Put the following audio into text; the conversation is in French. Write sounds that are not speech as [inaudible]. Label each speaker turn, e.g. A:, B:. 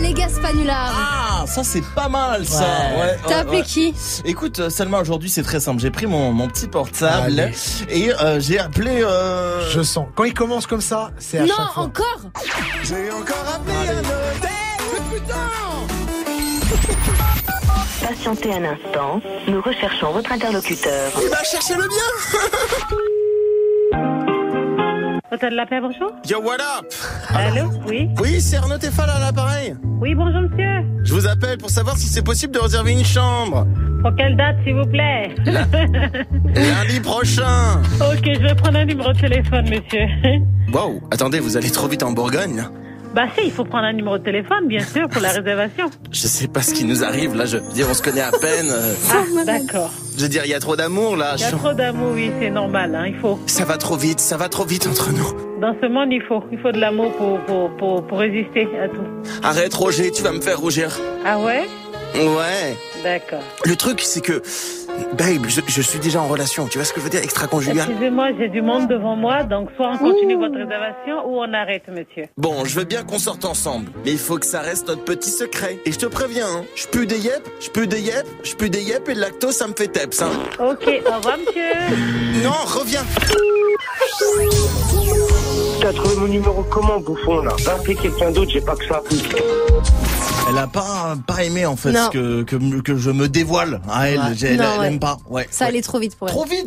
A: Nicolas Panular.
B: Ah, ça c'est pas mal ça.
C: Ouais.
B: Ouais,
A: T'as
B: ouais,
A: appelé
B: ouais.
A: qui
B: Écoute, euh, Salma, aujourd'hui c'est très simple. J'ai pris mon, mon petit portable
C: Allez.
B: et euh, j'ai appelé. euh,
C: Je sens. Quand il commence comme ça, c'est à
A: Non,
C: chaque fois.
A: encore
B: J'ai encore appelé un hôtel. Putain
D: Patientez un instant, nous recherchons votre interlocuteur.
B: Il va chercher le bien.
E: Hôtel Oh, de la Paix, bonjour.
B: Yo, what up
E: Allô Oui.
B: Oui, c'est Arnaud Tefal à l'appareil.
E: Oui, bonjour, monsieur.
B: Je vous appelle pour savoir si c'est possible de réserver une chambre.
E: Pour quelle date, s'il vous plaît [laughs]
B: Lundi prochain.
E: Ok, je vais prendre un numéro de téléphone, monsieur. [laughs]
B: Wow, attendez, vous allez trop vite en Bourgogne. là.
E: bah, si, il faut prendre un numéro de téléphone, bien sûr, pour la [laughs] réservation.
B: Je sais pas ce qui nous arrive là. Je veux dire, on se connaît à peine. euh,
E: Ah, d'accord.
B: Je veux dire, il y a trop d'amour là.
E: Il y a
B: Je-
E: trop d'amour, oui, c'est normal, hein, il faut.
B: Ça va trop vite, ça va trop vite entre nous.
E: Dans ce monde, il faut. Il faut de l'amour pour, pour, pour, pour résister à tout.
B: Arrête Roger, tu vas me faire rougir.
E: Ah ouais
B: Ouais.
E: D'accord.
B: Le truc c'est que, babe, je, je suis déjà en relation. Tu vois ce que je veux dire, extra-conjugal.
E: Excusez-moi, j'ai du monde devant moi, donc soit on continue votre réservation ou on arrête, monsieur.
B: Bon, je veux bien qu'on sorte ensemble, mais il faut que ça reste notre petit secret. Et je te préviens, hein, je pue des yep, je pue des yep, je pue des yep et le lactose ça me fait teps. Hein.
E: Ok, au revoir, monsieur.
B: Non, reviens.
F: T'as trouvé mon numéro comment, bouffon, là Va appeler quelqu'un d'autre, j'ai pas que ça.
B: Elle a pas pas aimé en fait
A: Non.
B: que, que que je me dévoile. Ah, elle,
C: Ouais.
B: j'ai- elle,
A: Non,
B: elle
A: ouais.
B: aime pas. Ouais.
A: Ça
B: ouais.
A: allait trop vite pour elle.
B: trop vite.